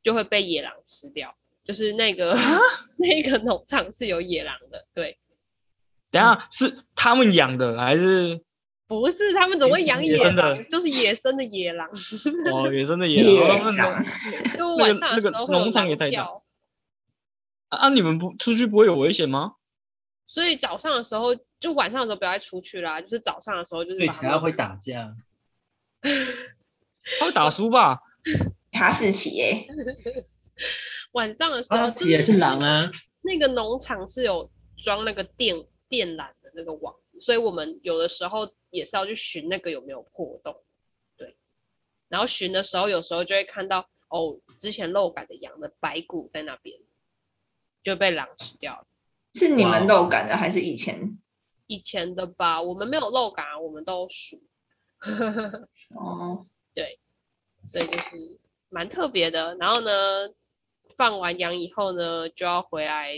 S1: 就会被野狼吃掉。就是那个
S2: 啊
S1: 那个农场是有野狼的，对，
S2: 等一下是他们养的还是
S1: 不是他们怎么会养
S2: 野
S1: 野
S2: 生的
S1: 狼？就是野生的野 狼，
S2: 哦野生的野
S3: 夜
S2: 狼？他们农
S3: 郎，
S1: 就
S2: 那
S1: 晚
S2: 个
S1: 上
S2: 那
S1: 的
S2: 个
S1: 时候会有
S2: 农场也
S1: 狼
S2: 太大
S1: 叫。
S2: 啊啊你们不出去不会有危险吗？
S1: 所以早上的时候，就晚上的时候不要再出去啦，就是早上的时候就是
S4: 对
S1: 把
S4: 起
S1: 它
S4: 来
S1: 们
S4: 会打架，
S2: 他会打输吧？
S3: 哈士奇哎耶、
S1: 晚上的时候
S4: 阿
S1: 就
S4: 奇也是狼啊，
S1: 那个农场是有装那个电电缆的那个网子，所以我们有的时候也是要去寻那个有没有破洞，对。然后寻的时候，有时候就会看到哦，之前漏赶的羊的白骨在那边，就被狼吃掉了。
S3: 是你们
S2: 哦
S4: 哇
S3: 漏赶的还是以前？
S1: 以前的吧，我们没有漏赶啊，我们都数，
S3: 哦，
S1: 所以就是蛮特别的。然后呢，放完羊以后呢，就要回来，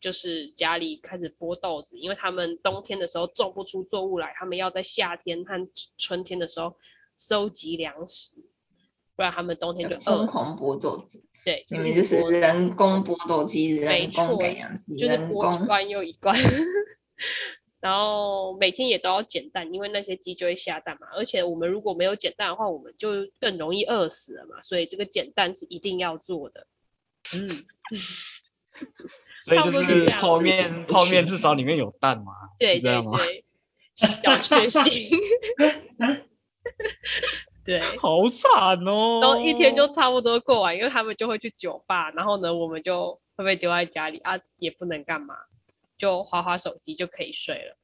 S1: 就是家里开始剥豆子，因为他们冬天的时候种不出作物来，他们要在夏天和春天的时候收集粮食，不然他们冬天就饿
S3: 疯
S1: 死。
S3: 狂剥豆子，
S1: 对，
S3: 你们
S1: 一
S3: 嗯就
S1: 直
S3: 是
S1: 剥
S3: 人工剥豆机，
S1: 没
S3: 人工
S1: 错
S3: 改良机，
S1: 就是剥
S3: 人
S1: 一
S3: 工。
S1: 罐又一罐， 然后每天也都要捡蛋，因为那些鸡就会下蛋嘛。而且我们如果没有捡蛋的话，我们就更容易饿死了嘛。所以这个捡蛋是一定要做的。嗯，
S2: 所以
S1: 差不
S2: 就
S1: 多是这
S2: 是
S1: 样
S2: 泡面泡面至少里面有蛋嘛，
S1: 对
S2: 是这
S1: 对
S2: 样吗？
S1: 对，小确幸。 对，
S2: 好惨 哦！
S1: 然后一天就差不多过完，因为他们就会去酒吧，然后呢，我们就会被丢在家里啊，也不能干嘛，就划划手机就可以睡了。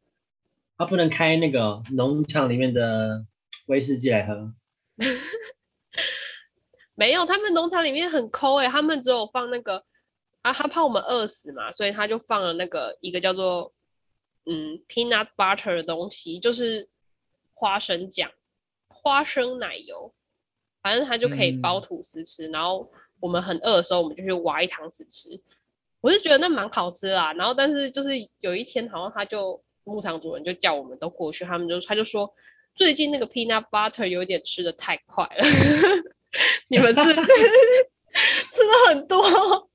S4: 他不能开那个农场里面的威士忌来喝，
S1: 没有，他们农场里面很抠哎、他们只有放那个啊，他怕我们饿死嘛，所以他就放了那个一个叫做嗯 peanut butter 的东西，就是花生酱、花生奶油，反正它就可以包
S2: 嗯
S1: 吐司吃。然后我们很饿的时候，我们就去挖一汤匙吃。我是觉得那蛮好吃啦，然后但是就是有一天，好像他就牧场主人就叫我们都过去，他们就他就说最近那个 peanut butter 有点吃的太快了， 你们是 吃的很多，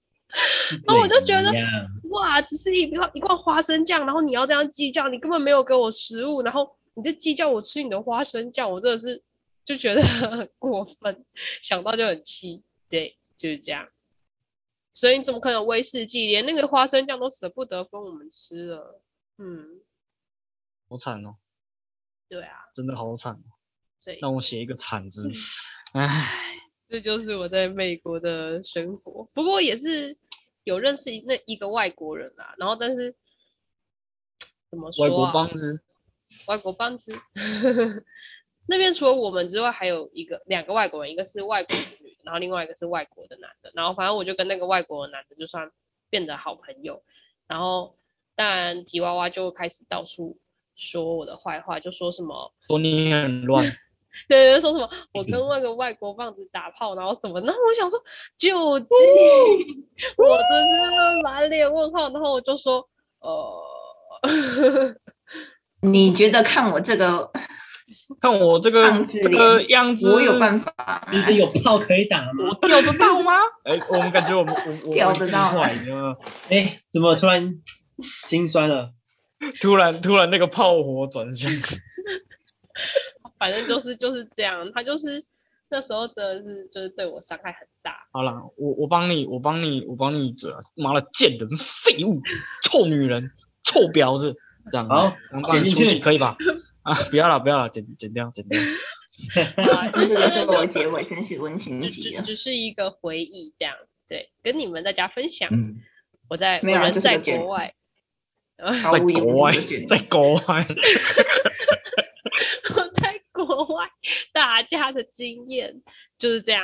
S1: 那哦我就觉得
S4: 怎样
S1: 哇，只是一罐一罐花生酱，然后你要这样计较，你根本没有给我食物，然后你就计较我吃你的花生酱，我真的是就觉得很过分，想到就很气，对， 就是这样。所以你怎么可能威士忌连那个花生酱都舍不得分我们吃了？嗯，
S2: 好惨哦，
S1: 对啊，
S2: 真的好惨哦，
S1: 所以
S2: 让我写一个惨字，唉，
S1: 这就是我在美国的生活。不过也是有认识那一个外国人啊，然后但是怎么说、
S2: 外
S1: 啊？
S2: 国帮子，
S1: 外国帮子。 那边除了我们之外，还有一个两个外国人，一个是外国的女的，然后另外一个是外国的男的。然后反正我就跟那个外国的男的就算变得好朋友。然后但吉娃娃就开始到处说我的坏话，就说什么
S2: 说你很乱，
S1: 对对，对说什么我跟那个外国棒子打炮，然后什么，然后我想说究竟，我真是满脸问号。然后我就说呃，
S3: 你觉得看我这个，
S1: 嗯
S2: 看我这个
S3: 棒子
S2: 这个样子，
S3: 我有办法
S4: 你
S3: 啊
S4: 是有炮可以打吗？
S2: 我钓得到吗？ 哎、我们感觉我们我我
S3: 钓得到吗
S2: 我已经坏了
S4: 哎，怎么突然心酸了？
S2: 突然突然那个炮火转向，
S1: 反正就是就是这样，他就是那时候真的是就是对我伤害很 大。
S2: 好啦，我我帮你，我帮你，我帮你嘴啊！妈的，贱人、废物、臭女人、臭婊子，这样
S4: 好
S2: 这样帮你
S4: 剪进
S2: 出
S4: 去
S2: 气可以吧？啊，不要了，不要了，剪剪掉，剪掉。
S1: 好啦就
S3: 这
S1: 是
S3: 个
S1: 就
S3: 作为结尾，真是温馨
S1: 只
S3: 极
S1: 只
S3: 了。
S1: 只是一个回忆这样，对，跟你们大家分享。
S2: 嗯，
S1: 我在我
S3: 没有啊
S1: 人
S3: 就是
S1: 在
S3: 个结
S1: 国
S3: 尾
S1: 外，
S3: 毫
S2: 在
S3: 无疑
S2: 国外
S3: 问，这个卷，
S2: 在国外，
S1: 我在国外打架的经验就是这样。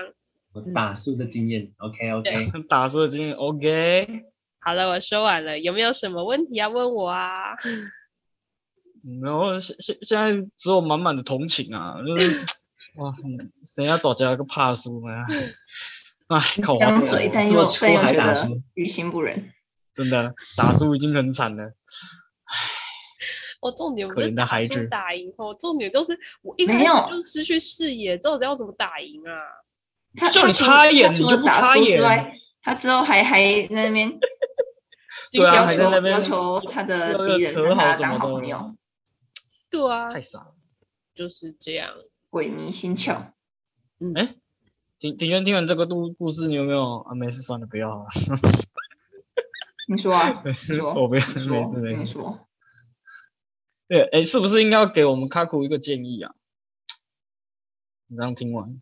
S4: 我打输的经验，OK OK，
S1: 啊
S2: 打出的经验 OK。
S1: 好了，我说完了，有没有什么问题要问我啊？
S2: 然后现现现在只有满满的同情啊，就是哇，谁要打架个怕输呢？
S3: 嗯
S2: 哎，靠，
S3: 张嘴，但
S4: 如果
S3: 又
S4: 出
S3: 但又
S4: 还
S3: 觉
S4: 打
S3: 得
S4: 输
S3: 于心不忍。
S2: 真的打输已经很惨了。
S1: 我重点不
S2: 可
S1: 是
S2: 怜的
S1: 打
S2: 孩
S1: 输
S2: 子
S1: 打赢后，重点就是我一
S3: 没
S1: 开始
S3: 有
S1: 就失去视野，这到底要怎么打赢啊？
S3: 他
S2: 就
S3: 他
S2: 你
S3: 除
S2: 插
S3: 了
S2: 眼
S3: 他除
S2: 你就
S3: 了
S2: 不
S3: 打
S2: 插
S3: 输
S2: 眼
S3: 之外，他之后还还在那边
S2: 对啊，
S3: 要
S2: 还
S3: 求
S2: 在那边
S3: 要求他的
S2: 要
S3: 呃敌
S2: 要
S3: 人
S2: 扯
S3: 跟他
S2: 好什
S3: 当好
S2: 么
S3: 朋
S2: 的
S3: 友，，
S1: 对啊，
S2: 太傻了。
S1: 就是这样。
S3: 鬼迷心窍。
S2: 景景轩听完这个故故事，你有没有啊？没事，算了，不要好了。
S3: 你说啊，你
S2: 我
S3: 说，
S2: 不要，
S3: 你
S2: 没事
S3: 说，嗯
S2: 没
S3: 你
S2: 事。
S3: 说，
S2: 对，哎，是不是应该要给我们卡库一个建议啊？你这样听完，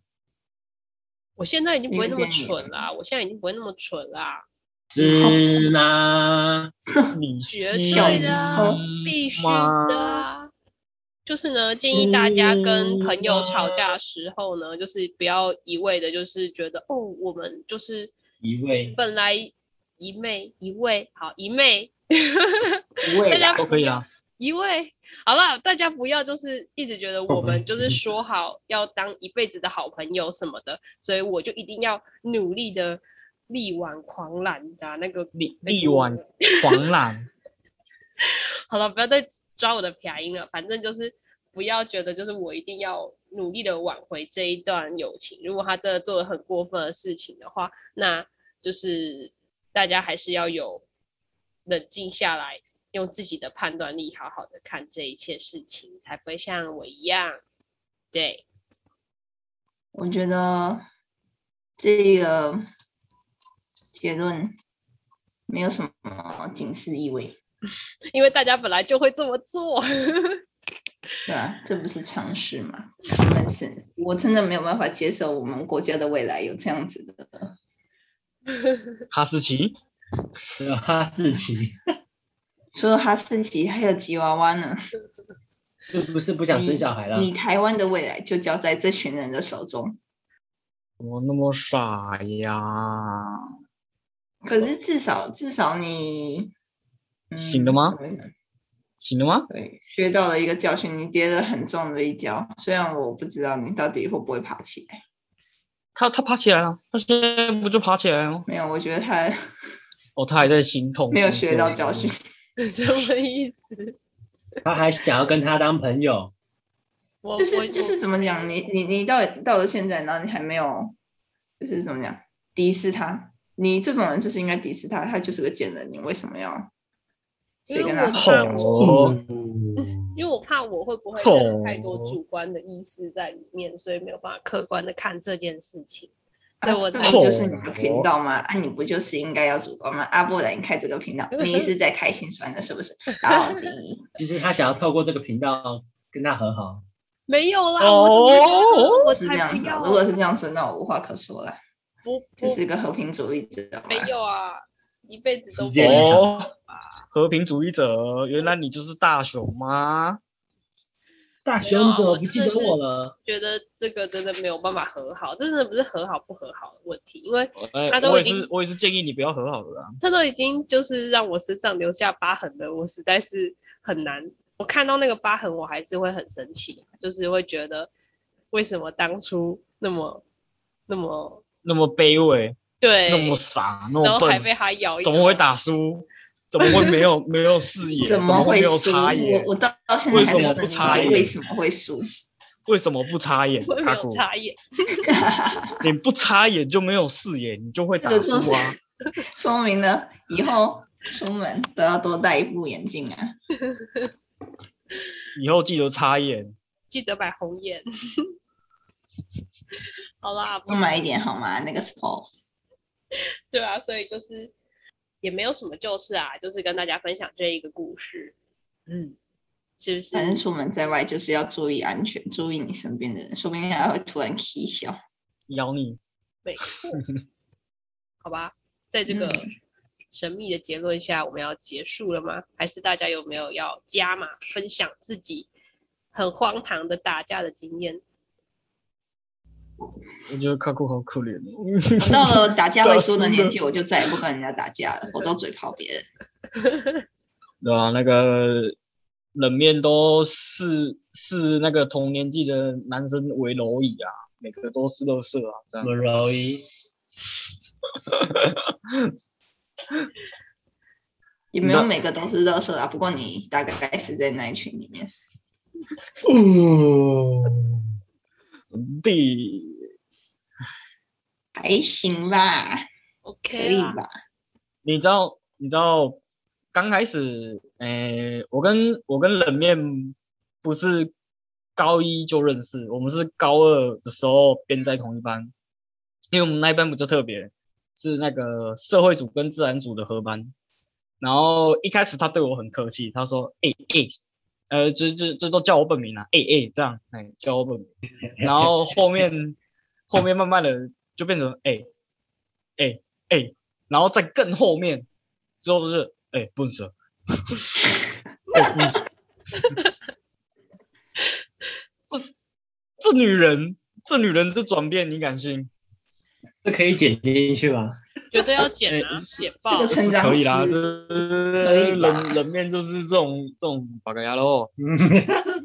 S1: 我现在已经不会
S3: 你
S1: 那
S3: 是
S1: 么
S3: 这样
S1: 蠢啦，我现在已经不会那么蠢啦，
S2: 嗯
S4: 是啦，
S2: 你
S1: 绝
S2: 信
S3: 对的
S1: 啊
S2: 吗
S1: 必须的啊。就是呢，建议大家跟
S4: 是
S1: 朋友吵
S4: 吗
S1: 架的时候呢，就是不要一味的，就是觉得哦，我们就是
S4: 一位
S1: 本来一妹一位好一妹
S3: 为
S1: 大家
S3: 了
S2: 都可以啊啦。
S1: 一位，好了，大家不要就是一直觉得我们就是说好要当一辈子的好朋友什么的，所以我就一定要努力的力挽狂澜的啊、那个
S2: 力
S1: 那个
S2: 力挽狂澜，
S1: 好了，不要再抓我的便宜了。反正就是不要觉得就是我一定要努力的挽回这一段友情。如果他真的做了很过分的事情的话，那就是大家还是要有冷静下来，用自己的判断力好好的看这一切事情，才不会像我一样。对，
S3: 我觉得这个结论没有什么警示意味，
S1: 因为大家本来就会这么做。
S3: 对吧、这不是常识吗？Common sense，我真的没有办法接受我们国家的未来有这样子的。
S2: 哈士奇，
S4: 哈 士奇，
S3: 除了哈士奇，还有吉娃娃呢。
S4: 是不是不想生小孩
S2: 啊
S4: 了？
S3: 你台湾的未来就交在这群人的手中。
S2: 怎么那么傻呀？
S3: 可是至少至少你、嗯、
S2: 醒了吗
S3: 怎么讲
S2: 行了吗？
S3: 对，学到了一个教训，你跌了很重的一跤。虽然我不知道你到底会不会爬起来，
S2: 他他爬起来了，他现在不就爬起来了吗？
S3: 没有，我觉得他
S2: 哦，他还在心痛，
S3: 没有
S2: 心
S3: 学到
S2: 痛
S3: 教训。
S1: 什么意思？
S4: 他还想要跟他当朋友，
S1: 我
S3: 就是
S1: 我
S3: 就是怎么讲，你你你到到了现在，然后你还没有，就是怎么讲，敌视他，你这种人就是应该敌视他，他就是个贱人，你为什么要直接跟
S1: 因
S3: 他
S1: 为我
S3: 好好相处？
S2: 哦，
S1: 因为我怕我会不会带了太多主观的意识在里面，所以没有办法客观的看这件事情。对
S3: 啊，
S1: 我
S3: 这
S1: 懂
S3: 不就是你的
S2: 哦
S3: 频道吗？啊，你不就是应该要主观吗？啊，不然你开这个频道，你是在开心酸的，是不是？然后第一，
S4: 其实他想要透过这个频道跟他和好，
S1: 没有啦，
S2: 哦
S1: 我怎么会 我
S3: 是这
S1: 才
S3: 样
S1: 不
S3: 子啊
S1: 要，
S3: 如果是这样子，那我无话可说了，
S1: 不不
S3: 就是一个和平主义者嘛。
S1: 没有啊，一辈子都
S4: 直
S1: 不
S4: 接离场
S1: 会
S2: 哦，和平主义者，原来你就是大雄吗？
S4: 大
S1: 没有
S4: 雄
S1: 啊
S4: 你怎么
S1: 我
S4: 不记
S1: 真
S4: 得
S1: 的是
S4: 我了？
S1: 觉得这个真的没有办法和好，这真的不是和好不和好的问题，因为
S2: 哎、
S1: 他都
S2: 我也
S1: 已经
S2: 是，我也是建议你不要和好了啊。
S1: 他都已经就是让我身上留下疤痕了，我实在是很难。我看到那个疤痕，我还是会很生气，就是会觉得为什么当初那么那么
S2: 那么卑微，
S1: 对，
S2: 那么傻，那
S1: 然
S2: 么
S1: 后还被
S2: 笨，
S1: 他咬一口，
S2: 怎么会打输？怎么会 没有没有视野？
S3: 怎
S2: 怎么
S3: 么
S2: 会没有
S3: 输？
S2: 插
S3: 我
S2: 眼？
S3: 我到到现在
S2: 为
S3: 还
S2: 什
S3: 是
S2: 么
S3: 不
S2: 不
S3: 能
S2: 插
S3: 理解
S2: 眼
S3: 为什么会输。
S2: 为什么不插眼？
S1: 会没
S2: 卡
S1: 有
S2: 古，
S1: 差异？
S2: 你不插眼就没有视野，你就会打
S3: 这个
S2: 输
S3: 就是
S2: 啊！
S3: 说明了以后出门都要多戴一副眼镜啊。
S2: 以后记得插眼。
S1: 记得买红眼。 好啦，不
S3: 多买一点好吗？那个时候
S1: 对啊，所以就是也没有什么旧事啊，就是跟大家分享这一个故事。嗯，是不是？
S3: 反正出门在外就是要注意安全，注意你身边的人，说不定还会突然起笑。
S2: 咬你，
S1: 没错，好吧，在这个
S3: 嗯
S1: 神秘的结论下，我们要结束了吗？还是大家有没有要加码分享自己很荒唐的打架的经验？
S2: 我觉得卡古好可怜
S3: 我
S2: 哦。
S3: 到了打架会输的年纪，我就再也不跟人家打架了，我都嘴炮别人。
S2: 对啊，那个冷面都视视那个同年纪的男生为蝼蚁啊，每个都是乐色啊，这样
S4: 不容易，
S3: 也没有
S2: 那
S3: 每个都是乐色啊，不过你大概是在那一群里面。
S4: 哦，
S2: 地
S3: 还行吧，可
S1: OK
S3: 以
S1: 啦，
S3: 吧？
S2: 你知道，你知道，刚开始，诶、我跟我跟冷面不是高一就认识，我们是高二的时候编在同一班，因为我们那一班比较特别，是那个社会组跟自然组的合班。然后一开始他对我很客气，他说：“哎、哎、呃，这这这都叫我本名啊，哎、哎、这样，哎、叫我本名。”然后后面后面慢慢的就变成哎哎哎，然后再更后面之后就是哎笨 蛇，哎笨蛇， 这这女人这女人这转变你敢信？
S4: 这可以剪进去吧？
S1: 绝对要剪啊，
S2: 哎
S1: 剪
S3: 这
S1: 爆！
S3: 个成长
S2: 可以啦，
S3: 史
S2: 这
S3: 以吧
S2: 冷冷面就是这种这种把个牙喽。
S4: 嗯，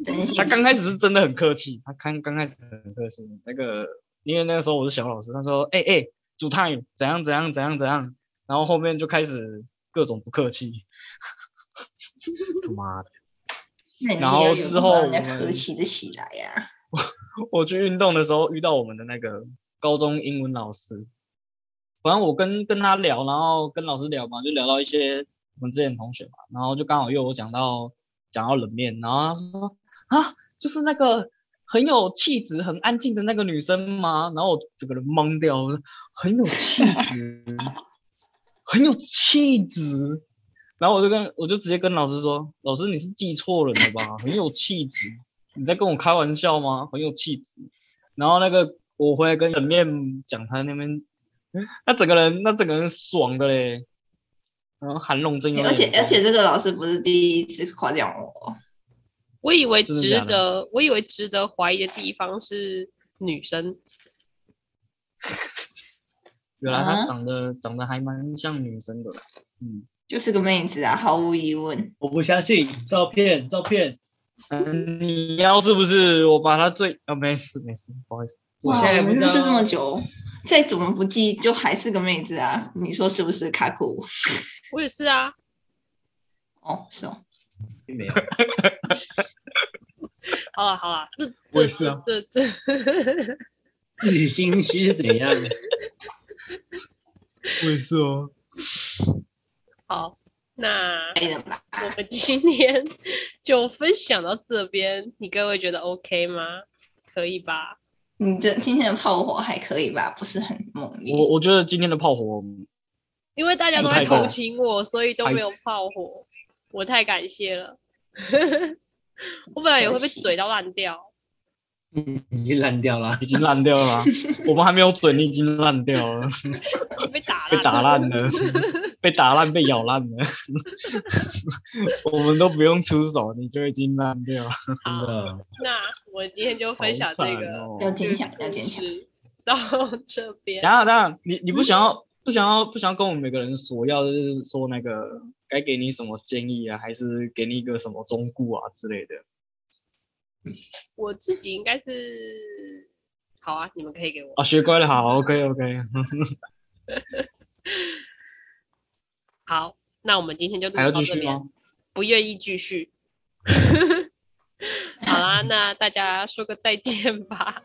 S3: 真心
S2: 他刚开始是真的很客气，他刚刚开始很客气。那个，因为那个时候我是小老师，他说：“哎、哎、煮汤怎样怎样怎样怎样。”然后后面就开始各种不客气。 他妈的！
S3: 那你
S2: 然后
S3: 也有
S2: 之后
S3: 人家
S2: 我们
S3: 客气的起来呀、
S2: 我去运动的时候遇到我们的那个高中英文老师，反正我跟跟他聊，然后跟老师聊嘛，就聊到一些我们之前的同学嘛，然后就刚好又有讲到讲到冷面，然后他说啊，就是那个很有气质、很安静的那个女生吗？然后我整个人懵掉，我说很有气质，很有气质。然后我就跟我就直接跟老师说，老师你是记错人了吧？很有气质，你在跟我开玩笑吗？很有气质。然后那个我回来跟冷面讲，他那边，他整个人那整个人爽的嘞，然后韩龙真有
S3: 而且
S2: 眼光
S3: 而且这个老师不是第一次夸奖我哦，
S1: 我以为
S2: 真的
S1: 值
S2: 假的
S1: 得，我以为值得怀疑的地方是女生，
S2: 原来
S3: 啊
S2: 她长得、长得还蛮像女生的啦，嗯，
S3: 就是个妹子啊，毫无疑问。
S4: 我不相信，照片照片，
S2: 嗯你要是不是我把她最啊没事没事，不好意思，
S4: 我
S3: 哇
S4: 现在
S3: 我
S4: 不
S3: 们
S4: 知
S3: 认识这么
S4: 道，
S3: 久，再怎么不记，就还是个妹子啊，你说是不是？卡库？
S1: 我也是啊，
S3: 哦，是哦，
S4: 没有，
S1: 好啦好啦，这
S2: 我
S1: 这
S2: 也是啊
S1: 这这这
S4: 自己心虚是怎样？
S2: 我也是哦，
S1: 好，那
S3: 可以了吧？
S1: 我们今天 就分享到这边，你各位觉得 OK 吗？可以吧？
S3: 你这今天的炮火还可以吧？不是很猛烈。
S2: 我我觉得今天的炮火，
S1: 因为大家都
S2: 太
S1: 在
S2: 够
S1: 同
S2: 了
S1: 情我，所以都
S2: 太
S1: 没有炮火，我太感谢了。 我本来也会被
S3: 可惜
S1: 嘴到烂掉，
S4: 已经烂掉了。
S2: 已经烂掉了啊，我们还没有嘴，你已经烂掉了，
S1: 就被打
S2: 被
S1: 烂，
S2: 打烂了，被打烂，被咬烂了， 我们都不用出手，你就已经烂掉了，
S1: 好
S4: 真的，
S1: 那我今天就分享
S2: 好
S1: 这
S2: 惨
S1: 个
S2: 哦
S3: 要
S1: 这
S3: 坚
S1: 个
S3: 强，要
S1: 故
S3: 坚强。
S1: 事到 这边
S2: 等一。下等一下，你你不想要不想要不想要跟我们每个人索要，就是说那个该给你什么建议啊，还是给你一个什么忠告啊之类的？
S1: 我自己应该是好啊，你们可以给我。
S2: 啊，学乖了，好，OK OK，
S1: 好，那我们今天就录
S2: 还要
S1: 到
S2: 继
S1: 这
S2: 续
S1: 边
S2: 吗？
S1: 不愿意继续。 好啦，那大家说个再见吧，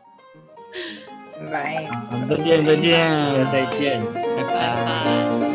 S3: 拜拜。
S2: 好，再见再见，
S1: 啊
S4: 再见。
S2: 拜
S1: 拜
S2: 拜。
S1: 拜。